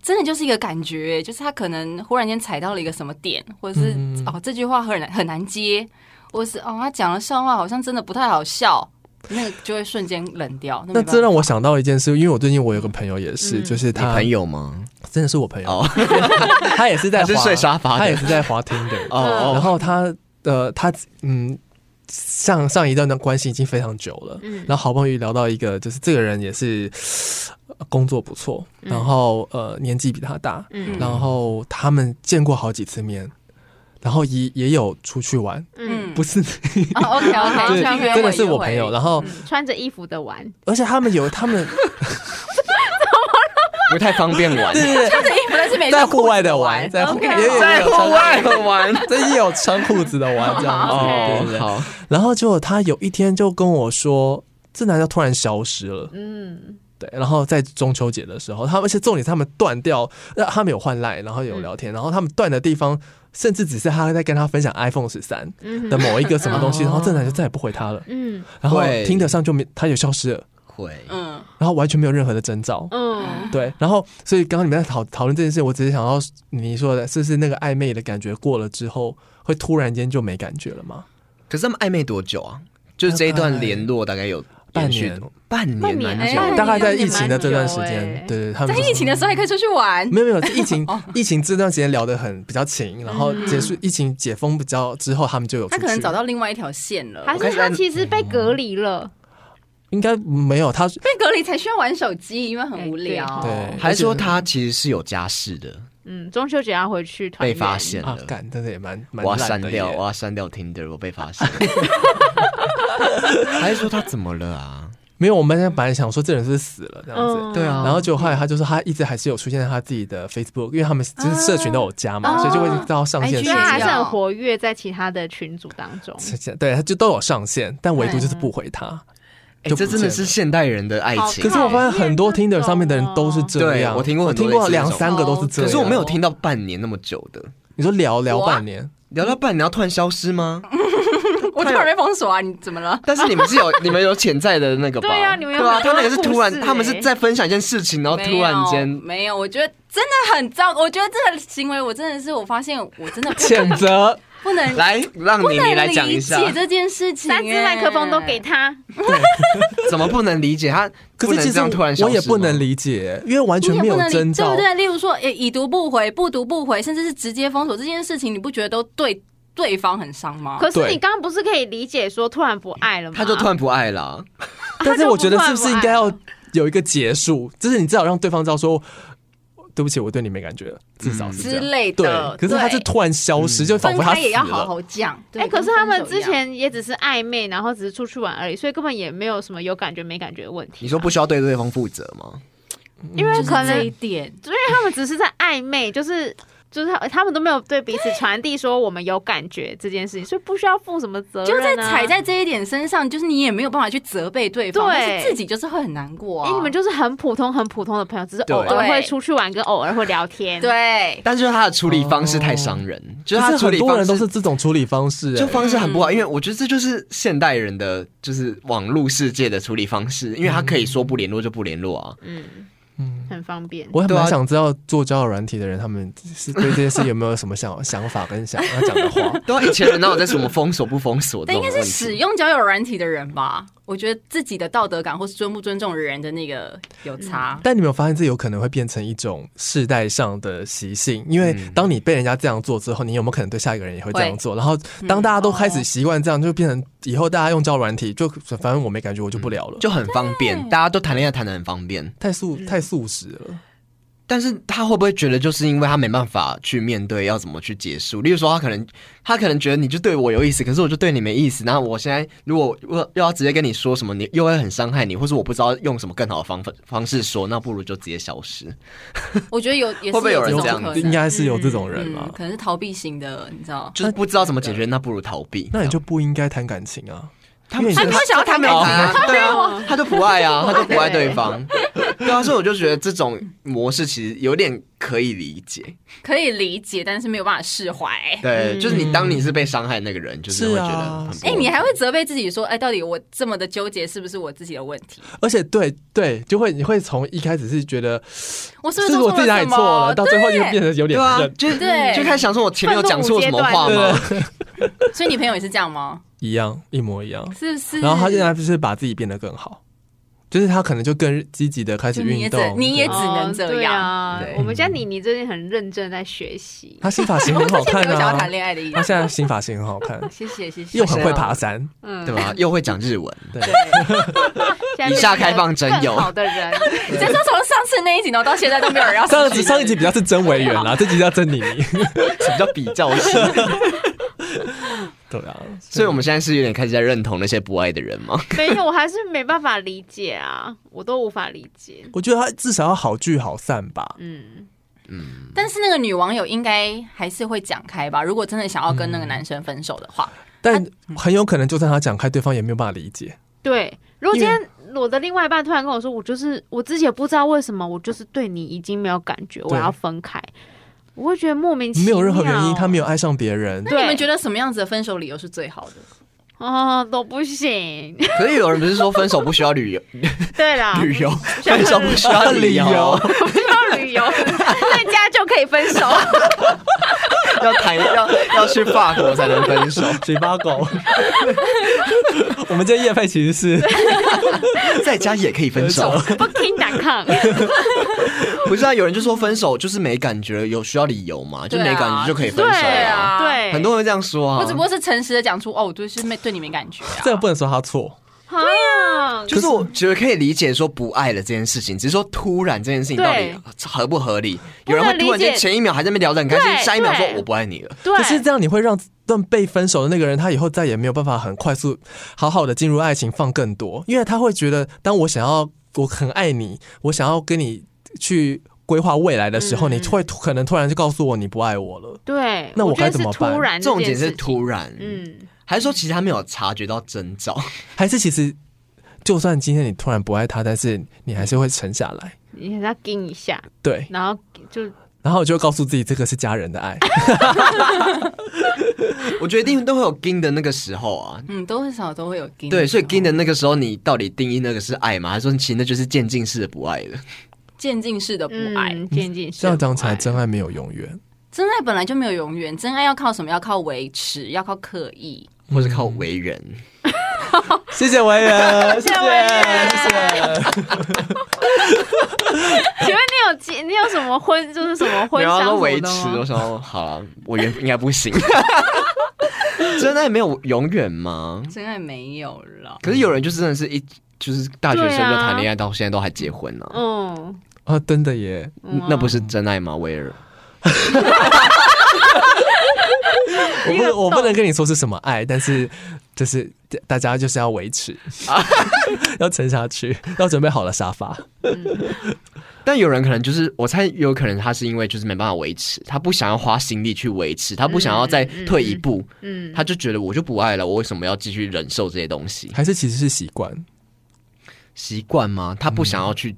Speaker 4: 真的就是一个感觉，就是他可能忽然间踩到了一个什么点，或者是、
Speaker 2: 嗯
Speaker 4: 哦这句话很难很难接，或是哦他讲了笑话好像真的不太好笑，那个就会瞬间冷掉。
Speaker 2: 那这让
Speaker 4: 我
Speaker 2: 我想到一件事，因为我最近我有个朋友也是，
Speaker 3: 嗯
Speaker 2: 就是
Speaker 1: 你
Speaker 2: 他
Speaker 1: 朋友吗？
Speaker 2: 真的是我朋友，
Speaker 1: 哦
Speaker 2: 他也是在
Speaker 1: 他是
Speaker 2: 滑
Speaker 1: 睡沙发的
Speaker 2: 他也是在滑 Tinder，
Speaker 1: 哦
Speaker 2: 然
Speaker 1: 哦，
Speaker 2: 后他呃，他嗯，上上一段的关系已经非常久了，
Speaker 3: 嗯
Speaker 2: 然后好不容易聊到一个，就是这个人也是呃工作不错，
Speaker 3: 嗯
Speaker 2: 然后呃年纪比他大，
Speaker 3: 嗯
Speaker 2: 然后他们见过好几次面，然后也也有出去玩，
Speaker 3: 嗯，
Speaker 2: 不 是，
Speaker 4: 哦 OK OK，
Speaker 3: 对
Speaker 2: 真的是我朋
Speaker 3: 嗯
Speaker 2: 友，然后
Speaker 3: 穿着衣服的玩，
Speaker 2: 而且他们有他们
Speaker 1: 不太方便玩
Speaker 2: 对，对
Speaker 4: 穿着衣服，但是没
Speaker 2: 对，
Speaker 4: 穿
Speaker 2: 在
Speaker 4: 裤
Speaker 2: 户
Speaker 4: 子
Speaker 2: 外的玩，在户
Speaker 3: OK
Speaker 2: 也有
Speaker 1: 在户外玩。
Speaker 2: 这也有穿裤子的玩这样 子，
Speaker 1: 哦
Speaker 2: 对对，对
Speaker 1: 好，
Speaker 2: 然后结果他有一天就跟我说，这男的突然消失了。
Speaker 3: 嗯，
Speaker 2: 对，然后在中秋节的时候，他们而且重点是他们断掉，呃，他们有换赖，然后有聊天，然后他们断的地方，甚至只是他在跟他分享 iPhone 十三
Speaker 3: 嗯
Speaker 2: 的某一个什么东西，
Speaker 1: 哦
Speaker 2: 然后这男就再也不回他了，
Speaker 3: 嗯，
Speaker 2: 然后
Speaker 1: 会
Speaker 2: 听得上就没他也消失了，
Speaker 1: 会，
Speaker 4: 嗯，
Speaker 2: 然后完全没有任何的征兆。
Speaker 3: 嗯，
Speaker 2: 对，然后所以刚刚你们在讨讨论这件事，我只是想要你说的，是不是那个暧昧的感觉过了之后，会突然间就没感觉了吗？
Speaker 1: 可是他们暧昧多久啊？就是这一段联络大概有延续多半年，啊
Speaker 3: 半
Speaker 1: 蛮
Speaker 3: 年
Speaker 1: 久
Speaker 3: 哎
Speaker 1: 的。
Speaker 2: 大概在疫情的这段时
Speaker 3: 那你也
Speaker 2: 间，
Speaker 3: 蛮久欸
Speaker 2: 对对，他们
Speaker 4: 在
Speaker 2: 就是
Speaker 4: 疫情的时候还可以出去玩，
Speaker 2: 没有没有，疫情疫情这段时间聊得很比较勤，然后结束疫情解封比较之后，他们就有
Speaker 4: 他
Speaker 2: 出
Speaker 4: 可能
Speaker 2: 去
Speaker 4: 找到另外一条线了。
Speaker 3: 还
Speaker 1: 我开
Speaker 3: 是
Speaker 1: 始
Speaker 3: 他
Speaker 1: 在
Speaker 3: 其实被隔离了，
Speaker 2: 应该没有他
Speaker 4: 被隔离才需要玩手机，因为很无聊。
Speaker 3: 哎
Speaker 2: 对
Speaker 1: 还是说他其实是有家室的，
Speaker 3: 嗯，中秋节要回去团
Speaker 1: 被
Speaker 3: 圆
Speaker 1: 发现
Speaker 2: 啊
Speaker 1: 了，，
Speaker 2: 干真的也蛮蛮
Speaker 1: 我要
Speaker 2: 烂
Speaker 1: 删
Speaker 2: 的
Speaker 1: 掉，
Speaker 2: 耶
Speaker 1: 我要删掉 Tinder，我被发现。 还是说他怎么了啊？
Speaker 2: 没有，我们本来想说这人是不是死了这样子。
Speaker 1: 对啊
Speaker 2: 然后就后来他就是他一直还是有出现在他自己的 Facebook，因为他们就是社群都有加嘛，
Speaker 4: 啊
Speaker 2: 所以就会知道上线
Speaker 4: 哎
Speaker 2: 时
Speaker 3: 所以
Speaker 4: 对
Speaker 3: 他
Speaker 4: 啊
Speaker 3: 还
Speaker 2: 间
Speaker 3: 是很活跃在其他的群组当中，
Speaker 2: 是这样对，他就都有上线，但唯独就是不回他。
Speaker 1: 哎，
Speaker 2: 就不
Speaker 1: 这真的
Speaker 2: 见
Speaker 1: 是
Speaker 2: 了
Speaker 1: 现代人的爱情。
Speaker 2: 可是我发现很多 Tinder 上面的人都是这样，
Speaker 1: 对我听过很多
Speaker 2: 听
Speaker 1: 类似
Speaker 2: 过两三个都是这
Speaker 1: 可
Speaker 2: 样。
Speaker 1: 是我没有听到半年那么久的，
Speaker 2: 你说聊聊
Speaker 4: 我啊
Speaker 2: 半年，
Speaker 1: 聊到半年然后突然消失吗？
Speaker 4: 我突然被封锁啊！你怎么了？
Speaker 1: 但是你们是有你们有潜在的那个吧？
Speaker 3: 对啊你们有
Speaker 1: 对啊，
Speaker 3: 很多
Speaker 1: 他们也是突然
Speaker 3: 故，事欸
Speaker 1: 他们是在分享一件事情，然后突然
Speaker 4: 没有
Speaker 1: 间，
Speaker 4: 没有，我觉得真的很糟。我觉得这个行为，我真的是，我发现我真的 不
Speaker 2: 谴责。
Speaker 4: 不能
Speaker 1: 来让
Speaker 4: 不
Speaker 1: 你
Speaker 4: 能
Speaker 1: 你来讲一
Speaker 4: 理
Speaker 1: 下，
Speaker 4: 解这件事情、哎
Speaker 3: 三支麦克风都给
Speaker 4: 他，
Speaker 3: 他，
Speaker 1: 哦 怎么不能理解他？
Speaker 2: 可
Speaker 1: 不
Speaker 2: 是
Speaker 1: 能
Speaker 2: 其
Speaker 1: 这
Speaker 2: 实
Speaker 1: 样突然消
Speaker 2: 我
Speaker 1: 失吗
Speaker 2: 也不能理解，因为完全没有
Speaker 4: 你也不能
Speaker 2: 征
Speaker 4: 理对
Speaker 2: 兆
Speaker 4: 不。对？例如说，诶，已读不回，不读不回，甚至是直接封锁这件事情，你不觉得都对对方很伤吗？
Speaker 3: 可是
Speaker 2: 对
Speaker 3: 你刚刚不是可以理解说突然不爱了吗？
Speaker 1: 他就突然不爱了。
Speaker 2: 但是我觉得是不是应该
Speaker 3: 他
Speaker 2: 要
Speaker 3: 就
Speaker 2: 有一个结束？就是你至少让对方知道说，对不起，我对你没感觉了，至少是这
Speaker 4: 之
Speaker 2: 样。
Speaker 4: 类
Speaker 2: 对
Speaker 4: 的，，
Speaker 2: 可是他是
Speaker 4: 对
Speaker 2: 突然消失，就仿
Speaker 4: 分
Speaker 2: 佛他
Speaker 4: 开
Speaker 2: 死
Speaker 4: 也要好
Speaker 2: 了。
Speaker 4: 好讲。
Speaker 3: 哎、
Speaker 4: 对
Speaker 3: 可是他们
Speaker 4: 跟分手
Speaker 3: 之
Speaker 4: 一样
Speaker 3: 前也只是暧昧，然后只是出去玩而已，所以根本也没有什么有感觉没感觉的问题。
Speaker 1: 你说不，需要对对方负责吗？
Speaker 3: 因为
Speaker 4: 嗯就是
Speaker 3: 可能
Speaker 4: 这一点，
Speaker 3: 因为他们只是在暧昧，就是就是他他们都没有对彼此传递说我们有感觉这件事情，所以不需要负什么责任、
Speaker 4: 就
Speaker 3: 啊。
Speaker 4: 在踩，在这一点身上，就是你也没有办法去责备对方，
Speaker 3: 对
Speaker 4: 但是自己就是会很难过
Speaker 3: 哎、
Speaker 4: 啊。
Speaker 3: 你们就是很普通很普通的朋友，只是偶尔
Speaker 4: 对
Speaker 3: 会出去玩，跟偶尔会聊天。，
Speaker 4: 对，
Speaker 1: 但是他的处理方式太伤人，就是
Speaker 2: 可
Speaker 1: 他
Speaker 2: 是
Speaker 1: 处
Speaker 2: 很
Speaker 1: 理
Speaker 2: 多
Speaker 1: 方
Speaker 2: 人
Speaker 1: 式
Speaker 2: 都是这种处理方式、
Speaker 1: 就
Speaker 2: 哎
Speaker 1: 方式很不好，因为我觉得这就是现代人的就是网络世界的处理方式，因为他可以说不联络就不联络啊。
Speaker 3: 嗯，
Speaker 2: 嗯，
Speaker 3: 很方便。
Speaker 2: 我很
Speaker 1: 对啊
Speaker 2: 蛮想知道做交友软体的人，他们是对这件事有没有什么想想法跟想要讲的话？
Speaker 1: 对啊，以前人哪有在什么封锁不封锁这
Speaker 4: 但
Speaker 1: 种
Speaker 4: 应该
Speaker 1: 问题？
Speaker 4: 是使用交友软体的人吧？我觉得自己的道德感或是尊不尊重人的那个有差。
Speaker 2: 但你有没有发现，这有可能会变成一种世代上的习性，因
Speaker 4: 嗯
Speaker 2: 为当你被人家这样做之后，你有没有可能对下一个人也会这样做？然后当大家都开始习惯这样，就变成以后大家用交友软体，就反正我没感觉，我就不聊了，
Speaker 4: 嗯
Speaker 2: 就
Speaker 1: 就很方
Speaker 4: 啊
Speaker 1: 便，大家都谈恋爱谈的很方便。
Speaker 2: 太素太素食了。
Speaker 1: 但是他会不会觉得，就是因为他没办法去面对要怎么去结束？例如说，他可能他可能觉得你就对我有意思，可是我就对你没意思。然后我现在如果我又要直接跟你说什么，你又会很伤害你，或是我不知道用什么更好的方法方式说，那不如就直接消 失。
Speaker 4: 我觉得有也
Speaker 1: 会不
Speaker 4: 是
Speaker 1: 会有
Speaker 4: 这
Speaker 1: 人
Speaker 4: 种
Speaker 1: 这样
Speaker 4: 可
Speaker 1: 子
Speaker 2: 应
Speaker 4: 能，
Speaker 2: 该是有这种人
Speaker 4: 嗯
Speaker 2: 啊，，
Speaker 4: 可能是逃避型的，你知道？
Speaker 1: 就是不知道怎么解决，那不如逃避。
Speaker 2: 那你就不应该谈感情啊。
Speaker 1: 他们
Speaker 2: 因为
Speaker 4: 他没有想要
Speaker 1: 他
Speaker 4: 谈
Speaker 1: 没
Speaker 4: 感
Speaker 1: 有
Speaker 4: 情
Speaker 1: 谈
Speaker 4: 啊，
Speaker 1: 啊，对啊，他就不爱啊，他就不爱对
Speaker 4: 对
Speaker 1: 方。 对啊，所以我就觉得这种模式其实有点可以理解。
Speaker 4: 可以理解，但是没有办法释怀。
Speaker 1: 对，就是你当你是被伤害那个人，嗯就是会
Speaker 2: 是
Speaker 1: 觉
Speaker 2: 啊
Speaker 1: 得很不
Speaker 4: 哎、你
Speaker 1: OK
Speaker 4: 还会责备自己说，哎、到底我这么的纠结，是不是我自己的问题？
Speaker 2: 而且对对，就会你会从一开始是觉得
Speaker 4: 我是
Speaker 2: 这
Speaker 4: 不是
Speaker 2: 是
Speaker 4: 做
Speaker 2: 我自己哪里
Speaker 4: 什么
Speaker 2: 错了，到最后就
Speaker 4: 对
Speaker 2: 变得有
Speaker 1: 对
Speaker 2: 点
Speaker 1: 啊
Speaker 2: 认，
Speaker 1: 就
Speaker 4: 对
Speaker 1: 就开始想说我前面有讲错什么话
Speaker 2: 愤怒
Speaker 1: 吗
Speaker 2: 五？
Speaker 4: 所以你朋友也是这样吗？
Speaker 2: 一样一模一样。
Speaker 4: 是不是？
Speaker 2: 然后他现在就是把自己变得更好，就是他可能就更积极的开
Speaker 4: 就
Speaker 2: 始
Speaker 4: 你也
Speaker 2: 运
Speaker 4: 只
Speaker 2: 动，
Speaker 4: 你也
Speaker 2: 对
Speaker 4: 只能这样
Speaker 3: 哦对啊
Speaker 4: 对
Speaker 3: 我们家妮妮最近很认真地在学 习，
Speaker 2: 他新发 型很好
Speaker 4: 哦没
Speaker 2: 看
Speaker 4: 有想要谈
Speaker 2: 啊，
Speaker 4: 恋爱的意
Speaker 2: 他
Speaker 4: 思。
Speaker 2: 现在新发型很好 看，
Speaker 4: 谢谢谢谢
Speaker 2: 又。很会爬山，
Speaker 3: 嗯，
Speaker 1: 对吧？又会讲日文，
Speaker 2: 对，
Speaker 3: 现在变
Speaker 1: 以下开放真有
Speaker 3: 成一个更好的人，
Speaker 4: 你在说从上次那一集呢，到现在都没有人要
Speaker 2: 上一
Speaker 4: 私
Speaker 2: 集
Speaker 4: 讯
Speaker 2: 上一集比较是真委员 啦，这集叫真妮妮，
Speaker 1: 什么叫比较式？
Speaker 2: 对啊，
Speaker 1: 所以我们现在是有点开始在认同那些不爱的人吗？
Speaker 3: 没有，我还是没办法理解啊，我都无法理解。
Speaker 2: 我觉得他至少要好聚好散吧，
Speaker 3: 嗯，
Speaker 4: 但是那个女网友应该还是会讲开吧？如果真的想要跟那个男生分手的话，
Speaker 3: 嗯
Speaker 2: 但很有可能就算他讲开，对方也没有办法理解，
Speaker 3: 对。如果
Speaker 2: 因
Speaker 3: 今
Speaker 2: 为
Speaker 3: 天我的另外一半突然跟我说，我就是我自己也不知道为什么，我就是对你已经没有感觉，我要分开，我会觉得莫名其妙，
Speaker 2: 没有任何原因，他没有爱上别人，
Speaker 4: 那你
Speaker 3: 对
Speaker 4: 们觉得什么样子的分手理由是最好的？
Speaker 3: 哦，都不行。
Speaker 1: 可是有人不是说分手不需要旅游，
Speaker 3: 对 啦，
Speaker 1: 旅游
Speaker 3: 要
Speaker 1: 分手不需要理
Speaker 2: 旅
Speaker 1: 由
Speaker 2: 游，
Speaker 3: 不需要旅游，在家就可以分手。
Speaker 1: 要谈要要去法国才能分手，
Speaker 2: 嘴巴狗。 我们今天夜配其实 是
Speaker 1: 在家也可以分手。
Speaker 3: 不听难抗，
Speaker 1: 不是啊，有人就说分手就是没感觉，有需要理由嘛？就
Speaker 4: 对啊
Speaker 1: 没感觉就可以分手
Speaker 3: 对
Speaker 1: 啊。
Speaker 4: 啊
Speaker 3: 对，
Speaker 1: 很多人会这样说啊
Speaker 4: 我只， 不过是诚实的讲出，哦，我就是没对你没感觉啊。
Speaker 2: 这个不能说他错，
Speaker 3: 啊，
Speaker 1: 就是我觉得可以理解说不爱了这件事情，只是说突然这件事情到底
Speaker 3: 对
Speaker 1: 合不合理？
Speaker 3: 不
Speaker 1: 有人会突然
Speaker 3: 能理解
Speaker 1: 间前一秒还在那边聊得很开
Speaker 3: 对
Speaker 1: 心，下一秒说
Speaker 3: 对
Speaker 1: 我不爱你了，
Speaker 3: 对，
Speaker 2: 可是这样你会让让被分手的那个人，他以后再也没有办法很快速好好的进入爱情，放更多，因为他会觉得，当我想要我很爱你，我想要跟你去规划未来的时候，
Speaker 4: 嗯
Speaker 2: 你会可能突然就告诉我你不爱我了。
Speaker 3: 对，
Speaker 2: 那我
Speaker 3: 我觉得
Speaker 2: 该怎么
Speaker 3: 是
Speaker 2: 办
Speaker 3: 突然
Speaker 1: 这种
Speaker 3: 哎件
Speaker 1: 简直是
Speaker 3: 事情
Speaker 1: 突然。嗯，
Speaker 3: 嗯，
Speaker 1: 还是说其实他没有察觉到征兆？
Speaker 2: 还是其实，就算今天你突然不爱他，但是你还是会沉下来。
Speaker 3: 你给他盯一下，
Speaker 2: 对，
Speaker 3: 然后就
Speaker 2: 然后我就会告诉自己，这个是家人的爱。
Speaker 1: 我觉得一定都会有盯的那个时候啊。
Speaker 4: 嗯，多少都会有给你
Speaker 1: 对，所以盯的那个时候，你到底定义那个是爱吗？还是说其实那就是渐进式的不爱了？
Speaker 4: 渐进式的不爱，
Speaker 3: 嗯，渐进式
Speaker 2: 这样讲起
Speaker 3: 不
Speaker 2: 来，
Speaker 3: 爱
Speaker 2: 真爱没有永远。
Speaker 4: 真爱本来就没有永远，真爱要靠什么？要靠维持，要靠刻意。
Speaker 1: 或是靠为人？
Speaker 2: 谢谢维园，谢
Speaker 3: 谢维园
Speaker 2: 谢谢。
Speaker 3: 请问你有结你有什么婚就是什么婚
Speaker 1: 没有
Speaker 3: 丧
Speaker 1: 啊
Speaker 3: 什
Speaker 1: 都
Speaker 3: 么
Speaker 1: 维
Speaker 3: 的
Speaker 1: 持，
Speaker 3: 吗
Speaker 1: 我？想说好了，我原应该不 行。真爱没有永远吗？
Speaker 4: 真爱没有了，
Speaker 1: 可是有人就真的是一就是大学生
Speaker 3: 对啊
Speaker 1: 就谈恋爱到现在都还结婚呢、
Speaker 3: 嗯，
Speaker 2: 啊，真的耶！
Speaker 3: 嗯啊
Speaker 1: 那不是真爱吗？威尔，
Speaker 2: 我不能，我不能跟你说是什么爱，但是就是大家就是要维持， 要撑下去，要准备好了沙发。
Speaker 1: 但有人可能就是，我猜有可能他是因为就是没办法维持，他不想要花心力去维持，他不想要再退一步，
Speaker 3: 嗯，
Speaker 1: 他就觉得我就不爱了，我为什么要继续忍受这些东西？
Speaker 2: 还是其实是习惯，
Speaker 1: 习惯吗？他不想要去，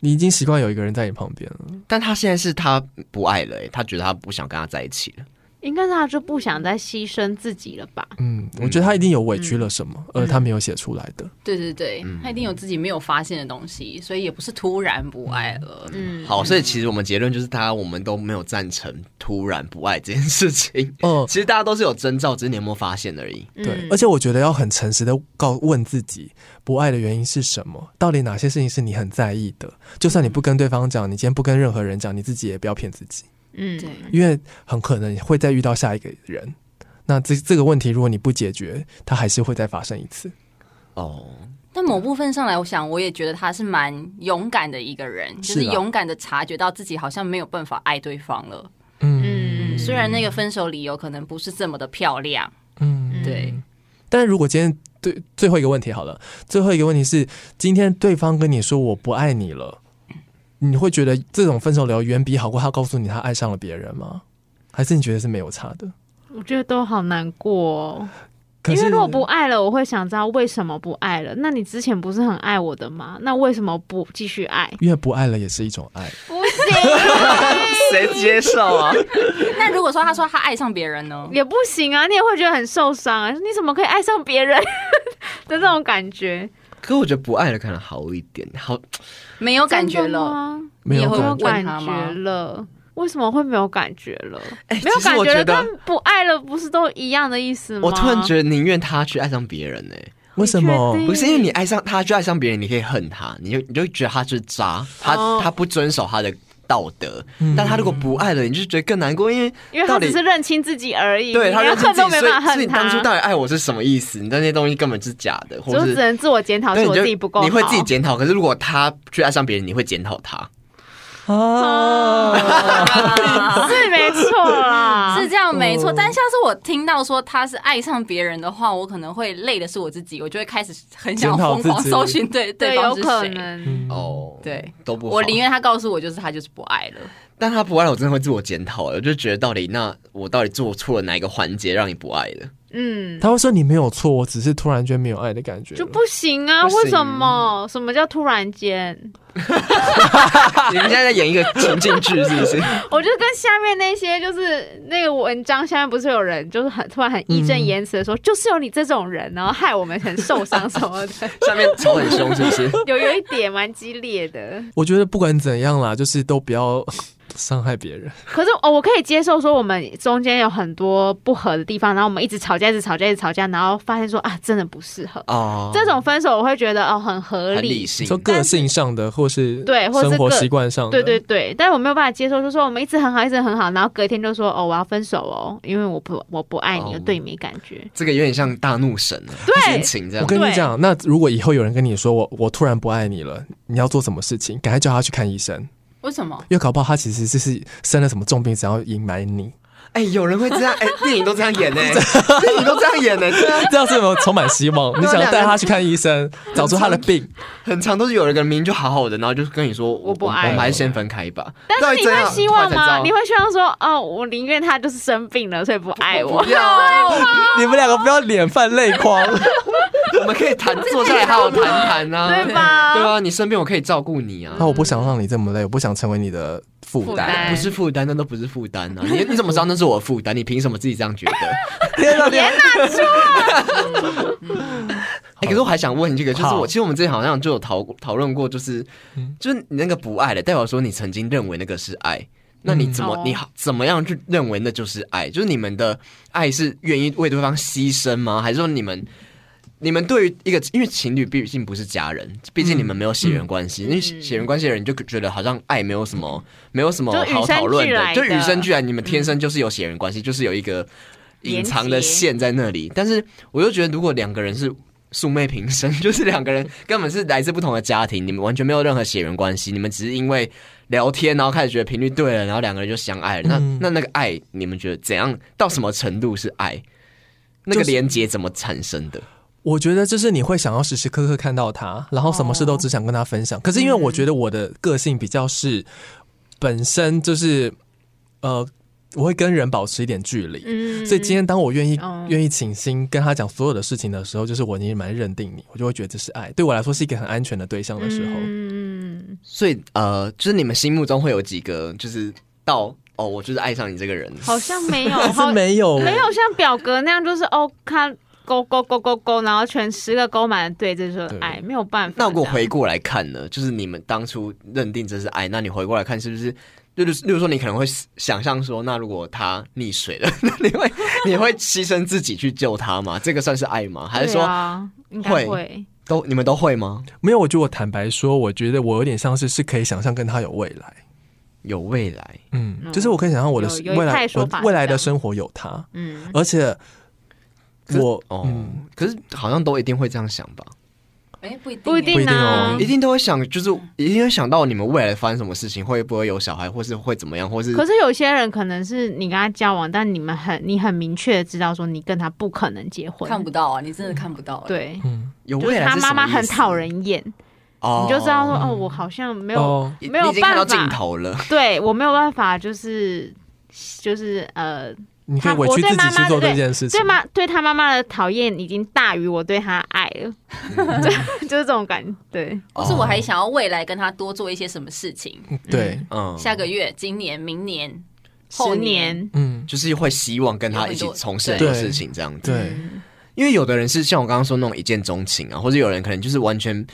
Speaker 2: 你已经习惯有一个人在你旁边了。
Speaker 3: 嗯
Speaker 1: 但他现在是他不爱了、欸，他觉得他不想跟他在一起了。
Speaker 3: 应该是他就不想再牺牲自己了吧？
Speaker 2: 嗯，我觉得他一定有委屈了什么，而他没有写出来的。
Speaker 4: 对对对，
Speaker 3: 嗯
Speaker 4: 他一定有自己没有发现的东西，所以也不是突然不爱了。
Speaker 3: 嗯，
Speaker 1: 好，所以其实我们结论就是，大家我们都没有赞成突然不爱这件事情。
Speaker 2: 嗯，
Speaker 1: 其实大家都是有征兆，只是你有没有发现而已。
Speaker 2: 对
Speaker 3: 嗯，
Speaker 2: 而且我觉得要很诚实的告问自己，不爱的原因是什么？到底哪些事情是你很在意的？就算你不跟对方讲，你今天不跟任何人讲，你自己也不要骗自己，
Speaker 3: 嗯，
Speaker 4: 对，
Speaker 2: 因为很可能会再遇到下一个人。那这这个问题，如果你不解决，它还是会再发生一次。
Speaker 1: 哦，
Speaker 4: 但某部分上来，我想我也觉得他是蛮勇敢的一个人，
Speaker 3: 啊
Speaker 4: 就是是
Speaker 2: 啦
Speaker 4: 勇敢的察觉到自己好像没有办法爱对方了。
Speaker 2: 嗯
Speaker 3: 嗯
Speaker 4: 虽然那个分手理由可能不是这么的漂亮，
Speaker 2: 嗯，
Speaker 4: 对，
Speaker 2: 但如果今天对最后一个问题好了，最后一个问题是，今天对方跟你说我不爱你了，你会觉得这种分手理由远比好过他告诉你他爱上了别人吗？还是你觉得是没有差的？
Speaker 3: 我觉得都好难过、哦，
Speaker 2: 可
Speaker 3: 因
Speaker 2: 是
Speaker 3: 为如果不爱了，我会想知道为什么不爱了。那你之前不是很爱我的吗？那为什么不继续爱？
Speaker 2: 因为不爱了也是一种爱，
Speaker 3: 不行，
Speaker 1: 谁接受啊？
Speaker 4: 那如果说他说他爱上别人呢？
Speaker 3: 也不行啊！你也会觉得很受伤啊！你怎么可以爱上别人 的这种感觉？
Speaker 1: 可我觉得不爱了可能好一点，好
Speaker 3: 嗯
Speaker 4: 没有感觉
Speaker 3: 真的
Speaker 4: 了，
Speaker 3: 吗？
Speaker 2: 没
Speaker 4: 你也
Speaker 2: 有
Speaker 4: 会
Speaker 3: 没有
Speaker 2: 感觉。
Speaker 3: 感
Speaker 4: 问他吗
Speaker 3: 觉了。为什么会没有感觉了？
Speaker 1: 哎
Speaker 3: 没有
Speaker 1: 其实
Speaker 3: 感
Speaker 1: 我
Speaker 3: 觉
Speaker 1: 觉
Speaker 3: 了
Speaker 1: 得
Speaker 3: 跟不爱了不是都一样的意思吗？
Speaker 1: 我突然觉得宁愿他去爱上别人呢、
Speaker 2: 为什么
Speaker 3: 你确定
Speaker 1: 不是因为你爱上他去爱上别人，你可以恨他，你就你就觉得他就是渣，他、
Speaker 3: 哦嗯
Speaker 1: 他不遵守他的道德。但他如果不爱了，你就觉得更难过，因为
Speaker 3: 因为他
Speaker 1: 到底
Speaker 3: 只是认清自己而已，
Speaker 1: 对
Speaker 3: 你
Speaker 1: 他
Speaker 3: 连
Speaker 1: 认清
Speaker 3: 恨
Speaker 1: 自
Speaker 3: 都
Speaker 1: 己，
Speaker 3: 没
Speaker 1: 所
Speaker 3: 办
Speaker 1: 以
Speaker 3: 法
Speaker 1: 所以
Speaker 3: 恨
Speaker 1: 你当初
Speaker 3: 他，
Speaker 1: 到底爱我是什么意思？你那些东西根本是假的，或
Speaker 3: 就只
Speaker 1: 是
Speaker 3: 能自我检讨，
Speaker 1: 对
Speaker 3: 是
Speaker 1: 你
Speaker 3: 我
Speaker 1: 就
Speaker 3: 自己不够好，
Speaker 1: 你会自己检讨。可是如果他去爱上别人，你会检讨他。
Speaker 2: 啊？
Speaker 3: 是没错啦，
Speaker 4: 是这样没错
Speaker 2: 哦。
Speaker 4: 但像是我听到说他是爱上别人的话，我可能会累的是我自己，我就会开始很想要
Speaker 2: 检讨
Speaker 4: 疯狂
Speaker 2: 自己
Speaker 4: 搜寻对
Speaker 3: 对，
Speaker 4: 方
Speaker 3: 有
Speaker 4: 是
Speaker 3: 可
Speaker 2: 嗯
Speaker 4: 谁。
Speaker 3: 能，
Speaker 1: 哦，
Speaker 4: 对，
Speaker 1: 都不好。
Speaker 4: 我宁愿他告诉我，就是他就是不爱了。
Speaker 1: 但他不爱了，我真的会自我检讨了，我就觉得到底那我到底做错了哪一个环节让你不爱了？
Speaker 3: 嗯，
Speaker 2: 他会说你没有错，我只是突然间没有爱的感觉了。
Speaker 3: 就不行啊？
Speaker 1: 不行
Speaker 3: 为什么？什么叫突然间？
Speaker 1: 你们现在在演一个情境剧是不 是？
Speaker 3: 我就跟下面那些就是那个文章下面不是有人就是很突然很义正言辞的说，就是有你这种人，然后害我们很受伤什么的，
Speaker 1: 下面吵很凶是不是？
Speaker 3: 有 有一点蛮激烈的。
Speaker 2: 我觉得不管怎样啦，就是都不要 伤害别人。
Speaker 3: 可是哦，我可以接受说我们中间有很多不合的地方，然后我们一直吵架，一直吵架，一直吵架，然后发现说啊，真的不适合。
Speaker 1: 哦，
Speaker 3: 这种分手我会觉得哦很合
Speaker 1: 很
Speaker 3: 理
Speaker 1: 理，性
Speaker 2: 你，说个性上的，或是
Speaker 3: 对或是
Speaker 2: 生活
Speaker 3: 个
Speaker 2: 习惯上的，
Speaker 3: 对对对，但是我没有办法接受，就说我们一直很好，一直很好，然后隔天就说哦我要分手哦，因为我不我不爱你，
Speaker 1: 哦
Speaker 3: 我对你没感觉。这
Speaker 1: 这个有点像大怒神啊，
Speaker 3: 对
Speaker 1: 心情这
Speaker 2: 我
Speaker 1: 样。
Speaker 2: 跟你
Speaker 3: 对
Speaker 2: 讲，那如果以后有人跟你说我我突然不爱你了，你要做什么事情？赶快叫他去看医生，
Speaker 4: 为什么？
Speaker 2: 因为搞不好他其实就是生了什么重病，想要隐瞒你。
Speaker 1: 哎、有人会这样，哎、 电影都这样演呢、电影都这样演呢、对啊，
Speaker 2: 这样是有没有充满 希望？你想带他去看医生，找出他的病，
Speaker 1: 很常都是有人跟明明就好好的，然后就跟你说
Speaker 3: 我不爱
Speaker 1: 我们
Speaker 2: 了
Speaker 1: 还是先分开吧。
Speaker 3: 但是
Speaker 1: 到底
Speaker 3: 你
Speaker 1: 怎
Speaker 3: 会
Speaker 1: 样
Speaker 3: 希望
Speaker 1: 后来才知
Speaker 3: 吗？
Speaker 1: 道
Speaker 3: 你会希望说哦，我宁愿他就是生病了，所以不爱我
Speaker 1: 我不。要啊，
Speaker 2: 你们两个不要脸泛泪 光。
Speaker 1: 我们可以谈，坐下来好好谈谈啊，
Speaker 3: 对吧
Speaker 1: 对啊，你生病我可以照顾你啊。
Speaker 2: 那我不想让你这么累，我不想成为你的负
Speaker 3: 负
Speaker 2: 担。
Speaker 3: 担
Speaker 1: 不是负担，那都不是负担啊！你你怎么知道那是我的负担？你凭什么自己这样 觉得？
Speaker 2: 天哪，天哪！
Speaker 1: 哎、可是我还想问你这个，就是
Speaker 2: 好嗯
Speaker 1: 我其实我们之前好像就有讨讨论过，就是、就是你那个不爱的，代表说你曾经认为那个是爱，那你怎么、
Speaker 2: 嗯
Speaker 3: 哦
Speaker 1: 你好怎么样去认为那就是爱？就是你们的爱是愿意为对方牺牲吗？还是说你们你们对于一个因为情侣毕竟不是家人，毕竟你们没有血缘关系，
Speaker 3: 嗯
Speaker 1: 因为血缘关系的人就觉得好像爱没有什么没有什么
Speaker 3: 就与
Speaker 1: 好讨论
Speaker 3: 生俱来
Speaker 1: 就与
Speaker 3: 的
Speaker 1: 生俱来，你们天生就是有血缘关系，就是有一个隐藏的
Speaker 3: 连结
Speaker 1: 线在那里。但是我就觉得，如果两个人是素昧平生，就是两个人根本是来自不同的家庭，你们完全没有任何血缘关系，你们只是因为聊天，然后开始觉得频率对了，然后两个人就相爱了。那
Speaker 2: 嗯
Speaker 1: 那那个爱，你们觉得怎样？到什么程度是爱？那个
Speaker 2: 就是
Speaker 1: 连接怎么产生的？
Speaker 2: 我觉得就是你会想要时时刻刻看到他，然后什么事
Speaker 3: 哦
Speaker 2: 都只想跟他分享。可是因为我觉得我的个性比较是本身就是呃，我会跟人保持一点距离。
Speaker 3: 嗯
Speaker 2: 所以今天当我愿意
Speaker 3: 哦
Speaker 2: 愿意倾心跟他讲所有的事情的时候，就是我已经蛮认定你，我就会觉得这是爱，对我来说是一个很安全的对象的时候。
Speaker 3: 嗯，
Speaker 1: 所以呃，就是你们心目中会有几个，就是到哦，我就是爱上你这个人。
Speaker 3: 好像 没有，
Speaker 2: 但
Speaker 3: 好
Speaker 2: 是没有，
Speaker 3: 没有像表格那样，就是哦，看勾勾勾勾勾，然后全十个勾满，对，这就是
Speaker 2: 对
Speaker 3: 爱，没有办法。
Speaker 1: 那如果回过来看呢，就是你们当初认定这是爱，那你回过来看是不是？例如，例如说，你可能会想象说，那如果他溺水了， 那你会你会牺牲自己去救他吗？这个算是爱吗？还是
Speaker 3: 对
Speaker 1: 说
Speaker 3: 啊、应该
Speaker 1: 会
Speaker 3: 会？
Speaker 1: 都你们都会吗？
Speaker 2: 没有。我觉得我坦白说，我觉得我有点像是是可以想象跟他有未来，
Speaker 1: 有未来，
Speaker 2: 嗯，
Speaker 3: 嗯
Speaker 2: 就是我可以想象我的
Speaker 3: 有有一
Speaker 2: 未来
Speaker 3: 派，说
Speaker 2: 我
Speaker 3: 法是
Speaker 2: 未来
Speaker 3: 这
Speaker 2: 的
Speaker 3: 样
Speaker 2: 生活有他，
Speaker 3: 嗯，
Speaker 2: 而且
Speaker 1: 可是
Speaker 2: 我
Speaker 1: 哦，
Speaker 2: 嗯
Speaker 1: 可是好像都一定会这样想吧？
Speaker 4: 哎、不一定，
Speaker 3: 不一定啊
Speaker 2: 不
Speaker 1: 一。定都哦会想，就是一定会想到你们未来发生什么事情，会不会有小孩，或是会怎么样，或是
Speaker 3: 可是有些人可能是你跟他交往，但你们很你很明确的知道说你跟他不可能结婚，
Speaker 4: 看不到啊，你真的看不到、欸。，
Speaker 3: 对，
Speaker 2: 嗯，
Speaker 1: 有
Speaker 3: 就是
Speaker 1: 未来
Speaker 3: 他
Speaker 1: 是什么
Speaker 3: 妈妈
Speaker 1: 意
Speaker 3: 很
Speaker 1: 思
Speaker 3: 讨人厌，
Speaker 1: 哦，
Speaker 3: 你就知道说哦，我好像没有，
Speaker 2: 哦，
Speaker 1: 你
Speaker 3: 没有
Speaker 1: 你已经看到
Speaker 3: 办法
Speaker 1: 尽头了。
Speaker 3: 对我没有办法，就是就是呃，
Speaker 2: 你可以
Speaker 3: 他
Speaker 2: 委
Speaker 3: 我
Speaker 2: 屈
Speaker 3: 对
Speaker 2: 自己
Speaker 3: 妈
Speaker 2: 去
Speaker 3: 妈
Speaker 2: 做
Speaker 3: 对
Speaker 2: 这件事情
Speaker 3: 对，妈对他妈妈的讨厌已经大于我对他爱了，
Speaker 1: 嗯
Speaker 3: 就就是这种感觉，对，
Speaker 4: 或是我还想要未来跟他多做一些什么事情，
Speaker 2: 嗯对，
Speaker 1: 嗯，
Speaker 4: 下个月、今年、明年、后
Speaker 3: 十年，
Speaker 2: 嗯，
Speaker 1: 就是会希望跟他一起从事很多事情这样子。
Speaker 2: 对，
Speaker 1: 因为有的人是像我刚刚说那种一见钟情啊，或者有人可能就是完全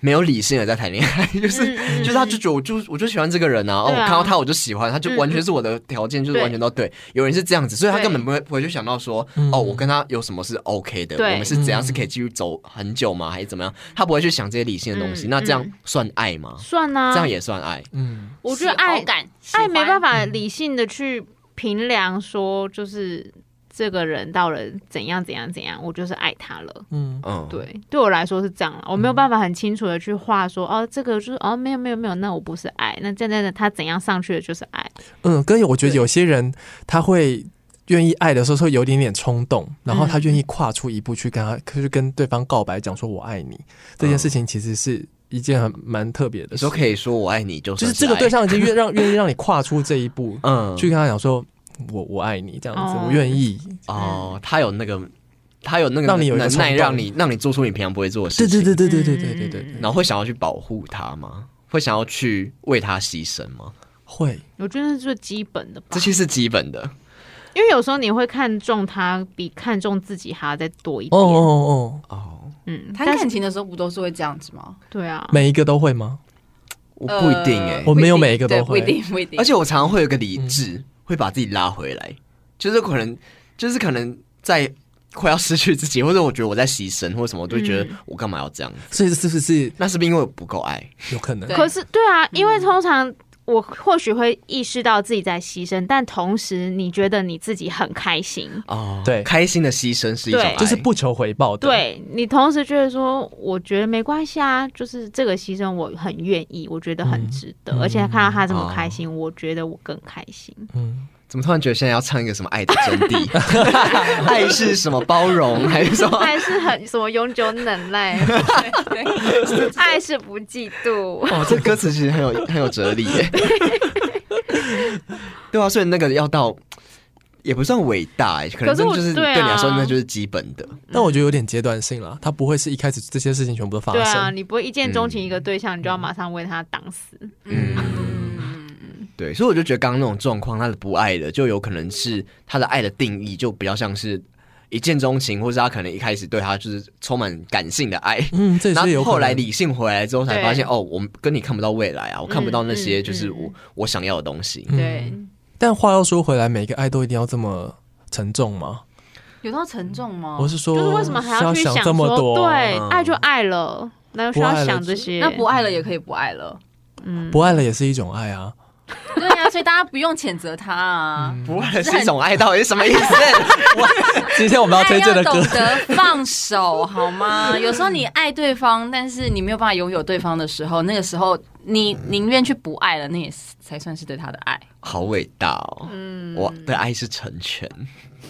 Speaker 1: 没有理性的在谈恋爱， 就是、
Speaker 3: 嗯
Speaker 1: 就是他就觉得我就我就喜欢这个人啊，哦，我
Speaker 3: 对啊
Speaker 1: 看到他我就喜欢，他就
Speaker 3: 嗯
Speaker 1: 完全是我的条件，就是
Speaker 3: 对
Speaker 1: 完全都对。有人是这样子，所以他
Speaker 3: 对
Speaker 1: 根本不会不会去想到说，
Speaker 2: 嗯
Speaker 1: 哦，我跟他有什么是 OK 的，
Speaker 3: 对
Speaker 1: 我们是怎样是可以继续走很久吗，还是怎么样？他不会去想这些理性的东西。
Speaker 3: 嗯
Speaker 1: 那这样
Speaker 3: 嗯
Speaker 1: 算爱吗？
Speaker 3: 算啊，
Speaker 1: 这样也算爱？
Speaker 2: 嗯，
Speaker 3: 我觉得爱
Speaker 4: 好感
Speaker 3: 爱没办
Speaker 4: 法，
Speaker 3: 法理性的去评量说，就是这个人到了怎样怎样怎样，我就是爱他了。
Speaker 2: 嗯，
Speaker 1: 嗯，。
Speaker 3: 对，对我来说是这样了，我没有办法很清楚的去画说，哦，这个就是哦，没有没有没有，那我不是爱，那真的他怎样上去的就是爱，
Speaker 2: 嗯，跟我觉得有些人他会愿意爱的时候，会有一点点冲动，然后他愿意跨出一步去跟他，去跟对方告白，讲说我爱你这件事情，其实是一件很蛮特别的
Speaker 1: 你
Speaker 2: 事
Speaker 1: 说。可以说我爱你，就
Speaker 2: 就
Speaker 1: 算
Speaker 2: 是
Speaker 1: 是
Speaker 2: 这个
Speaker 1: 爱
Speaker 2: 对，象已经愿让愿意让你跨出这一步，
Speaker 1: 嗯，
Speaker 2: 去跟他讲说，我我爱你这样子，
Speaker 3: 哦
Speaker 2: 我愿意。
Speaker 1: 哦，他有那个他有那个
Speaker 2: 让你有一个
Speaker 1: 能耐，
Speaker 2: 冲动
Speaker 1: 让你让你做出你平常不会做的事
Speaker 2: 对
Speaker 1: 情，
Speaker 2: 对对对对对对对对对，
Speaker 1: 然后会想要去保护他吗？会想要去为他牺牲吗？
Speaker 2: 会
Speaker 3: 我觉得这是基本的吧
Speaker 1: 这，些是基本
Speaker 4: 呃
Speaker 1: 的，
Speaker 3: 因为有时候你会看重他比看重自己还要再多一
Speaker 2: 哦
Speaker 3: 点。
Speaker 2: 哦哦哦，
Speaker 3: 嗯，
Speaker 4: 谈
Speaker 3: 但是
Speaker 4: 感情的时候不都是会这样子吗？
Speaker 3: 对啊，
Speaker 2: 每一个都会吗？
Speaker 1: 我不一定哎、
Speaker 4: 呃
Speaker 2: 我没有
Speaker 4: 不一定
Speaker 2: 每一个都
Speaker 4: 对
Speaker 2: 会
Speaker 4: 不一定不一定。
Speaker 1: 而且我常常会有个理智，
Speaker 2: 嗯
Speaker 1: 会把自己拉回来，就是可能，就是可能在快要失去自己，或者我觉得我在牺牲或什么，我就觉得
Speaker 4: 嗯
Speaker 1: 我干嘛要这样？
Speaker 2: 所以是不是
Speaker 1: 那是不是因为我不够爱？
Speaker 2: 有可能
Speaker 4: 对？
Speaker 3: 可是对啊，因为通常我或许会意识到自己在牺牲，但同时你觉得你自己很开心，
Speaker 1: 哦，
Speaker 2: 对
Speaker 1: 开心的牺牲是一种
Speaker 3: 对
Speaker 1: 爱，
Speaker 2: 就是不求回报的，，
Speaker 3: 对你同时觉得说，我觉得没关系啊，就是这个牺牲我很愿意，我觉得很值得，
Speaker 2: 嗯
Speaker 3: 而且看到他这么
Speaker 1: 哦
Speaker 3: 开心，我觉得我更开心。
Speaker 2: 嗯，
Speaker 1: 怎么突然觉得现在要唱一个什么爱的真 谛？爱是什么包容还是什么？
Speaker 3: 爱是很什么永久忍耐，爱是不嫉妒。
Speaker 1: 哦，这歌词其实很有很有哲理 耶。对啊，所以那个要到也不算伟大耶，可能
Speaker 3: 可是
Speaker 1: 真
Speaker 3: 我
Speaker 1: 的就是
Speaker 3: 对啊
Speaker 1: 对你来说那就是基本的。
Speaker 2: 但我觉得有点阶段性了，它不会是一开始这些事情全部都发
Speaker 3: 对啊，
Speaker 2: 生，
Speaker 3: 你不会一见钟情一个对象，你就要马上为他挡死。
Speaker 4: 嗯，
Speaker 1: 嗯对，所以我就觉得刚刚那种状况，他的不爱的，就有可能是他的爱的定义就比较像是一见钟情，或是他可能一开始对他就是充满感性的爱，
Speaker 2: 嗯，这也
Speaker 1: 然
Speaker 2: 是有
Speaker 1: 后
Speaker 2: 可
Speaker 1: 后
Speaker 2: 能
Speaker 1: 来理性回来之后才发现，
Speaker 3: 对
Speaker 1: 哦，我们跟你看不到未来啊，我看不到那些就是我、
Speaker 3: 嗯
Speaker 1: 我想要的东 西。
Speaker 2: 嗯
Speaker 3: 对，
Speaker 2: 但话又说回来，每个爱都一定要这么沉重吗？
Speaker 4: 有到沉重吗？
Speaker 2: 我是哦说，
Speaker 3: 哦就是为什么还
Speaker 2: 要
Speaker 3: 去想
Speaker 2: 这么
Speaker 3: 说
Speaker 2: 多？
Speaker 3: 对
Speaker 1: 嗯，
Speaker 3: 爱就爱了，哪有需要
Speaker 2: 不爱了
Speaker 3: 想
Speaker 2: 就
Speaker 3: 这些？
Speaker 4: 那不爱了也可以不爱了，
Speaker 3: 嗯，
Speaker 2: 不爱了也是一种爱啊。
Speaker 4: 对呀、所以大家不用谴责他啊。
Speaker 1: 不爱的是一种爱，到底是什么意 思？
Speaker 2: 今天我哎们要推荐的
Speaker 4: 爱
Speaker 2: 歌
Speaker 4: 要懂得放手，好 吗？有时候你爱对方，但是你没有办法拥有对方的时候，那个时候你宁愿去不爱了，那也是才算是对他的爱。
Speaker 1: 好伟大哦！
Speaker 2: 嗯
Speaker 1: 我的爱是成全。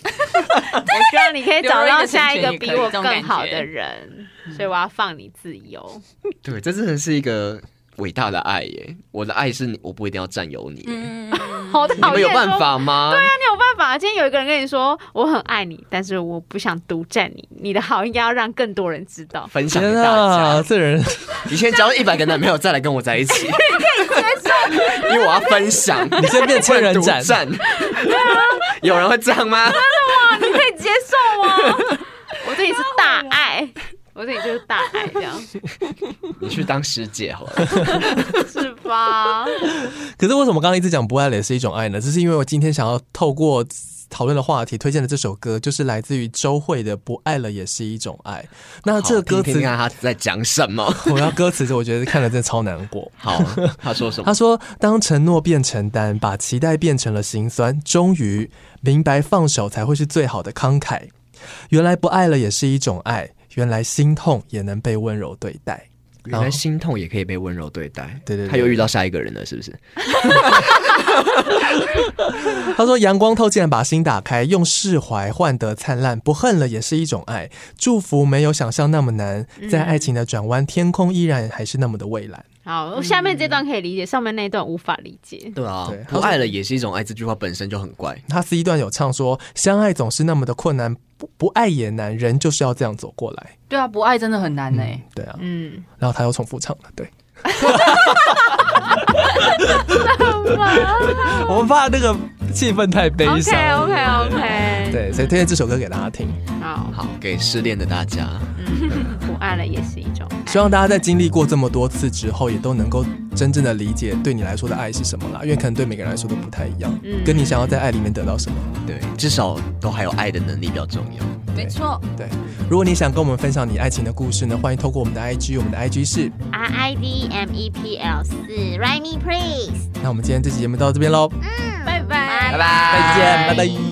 Speaker 3: 我希望你可以找到下一个比我
Speaker 4: 留人一个成全也可以
Speaker 3: 更好的人，所以我要放你自由。
Speaker 1: 对，这真的是一个伟大的爱耶！我的爱是你，我不一定要占有你。
Speaker 4: 嗯，
Speaker 3: 好
Speaker 1: 你
Speaker 3: 讨
Speaker 1: 们
Speaker 3: 厌，
Speaker 1: 有办？法吗？对啊，
Speaker 3: 那你有办法？今天有一个人跟你说我很爱你，但是我不想独占你，你的好应该要让更多人知 道。
Speaker 1: 分享给
Speaker 2: 天
Speaker 1: 大
Speaker 2: 啊，
Speaker 1: 家。
Speaker 2: 这人
Speaker 1: 你先交一百个男朋友，再来跟我在一起。因为我要分享。
Speaker 2: 你先变千人斩
Speaker 1: 不能独占。有人会这样吗？
Speaker 3: 你可以接受哦吗？ 我对你是大爱，我对你就是大爱，这样
Speaker 1: 你去当师姐好了。
Speaker 3: 是吧？
Speaker 2: 可是为什么刚刚一直讲不爱了也是一种爱呢？这是因为我今天想要透过讨论的话题推荐的这首歌，就是来自于周蕙的《不爱了也是一种爱》。那这个歌
Speaker 1: 好听
Speaker 2: 词
Speaker 1: 听，看他在讲什么。
Speaker 2: 我要歌词，我觉得看了真的超难过。
Speaker 1: 好，啊他说什么
Speaker 2: 他？说：“当承诺变承担，把期待变成了心酸，终于明白放手才会是最好的慷慨。原来不爱了也是一种爱，原来心痛也能被温柔对待。”
Speaker 1: 原来心痛也可以被温柔对待。
Speaker 2: 对对对
Speaker 1: 他又遇到下一个人了，是不是？
Speaker 2: 他说：“阳光透进来，把心打开，用释怀换得灿烂，不恨了也是一种爱。祝福没有想象那么难，
Speaker 1: 嗯
Speaker 2: 在爱情的转弯，天空依然还是那么的蔚蓝。
Speaker 3: 好，下面这段可以理解，上面那一段无法理解。
Speaker 1: 对啊
Speaker 2: 对，
Speaker 1: 不爱了也是一种爱，这句话本身就很怪。”
Speaker 2: 他是一段有唱说：“相爱总是那么的困难，不不爱也难，人就是要这样走过来。
Speaker 4: 对啊，不爱真的很难呢、”
Speaker 2: 对啊，
Speaker 3: 嗯，
Speaker 2: 然后他又重复唱了，对。
Speaker 3: 嗯
Speaker 2: 我们怕那个气氛太悲
Speaker 3: OK
Speaker 2: 伤。
Speaker 3: OK OK，
Speaker 2: 对，所以推荐这首歌给大家听，
Speaker 3: 好，
Speaker 1: 好，给失恋的大家，
Speaker 3: 不爱了也是一种。
Speaker 2: 希望大家在经历过这么多次之后，也都能够真正的理解对你来说的爱是什么啦，因为可能对每个人来说都不太一样，
Speaker 3: 嗯
Speaker 2: 跟你想要在爱里面得到什么。
Speaker 1: 对，至少都还有爱的能力比较重要。
Speaker 4: 没错，
Speaker 2: 对，如果你想跟我们分享你爱情的故事呢，欢迎透过我们的 IG，我们的 IG 是。
Speaker 5: R I D M E P L 四，Ride me please。
Speaker 2: 那我们今天这期节目到这边喽，
Speaker 3: 拜拜
Speaker 1: 拜拜
Speaker 2: 再见，拜拜。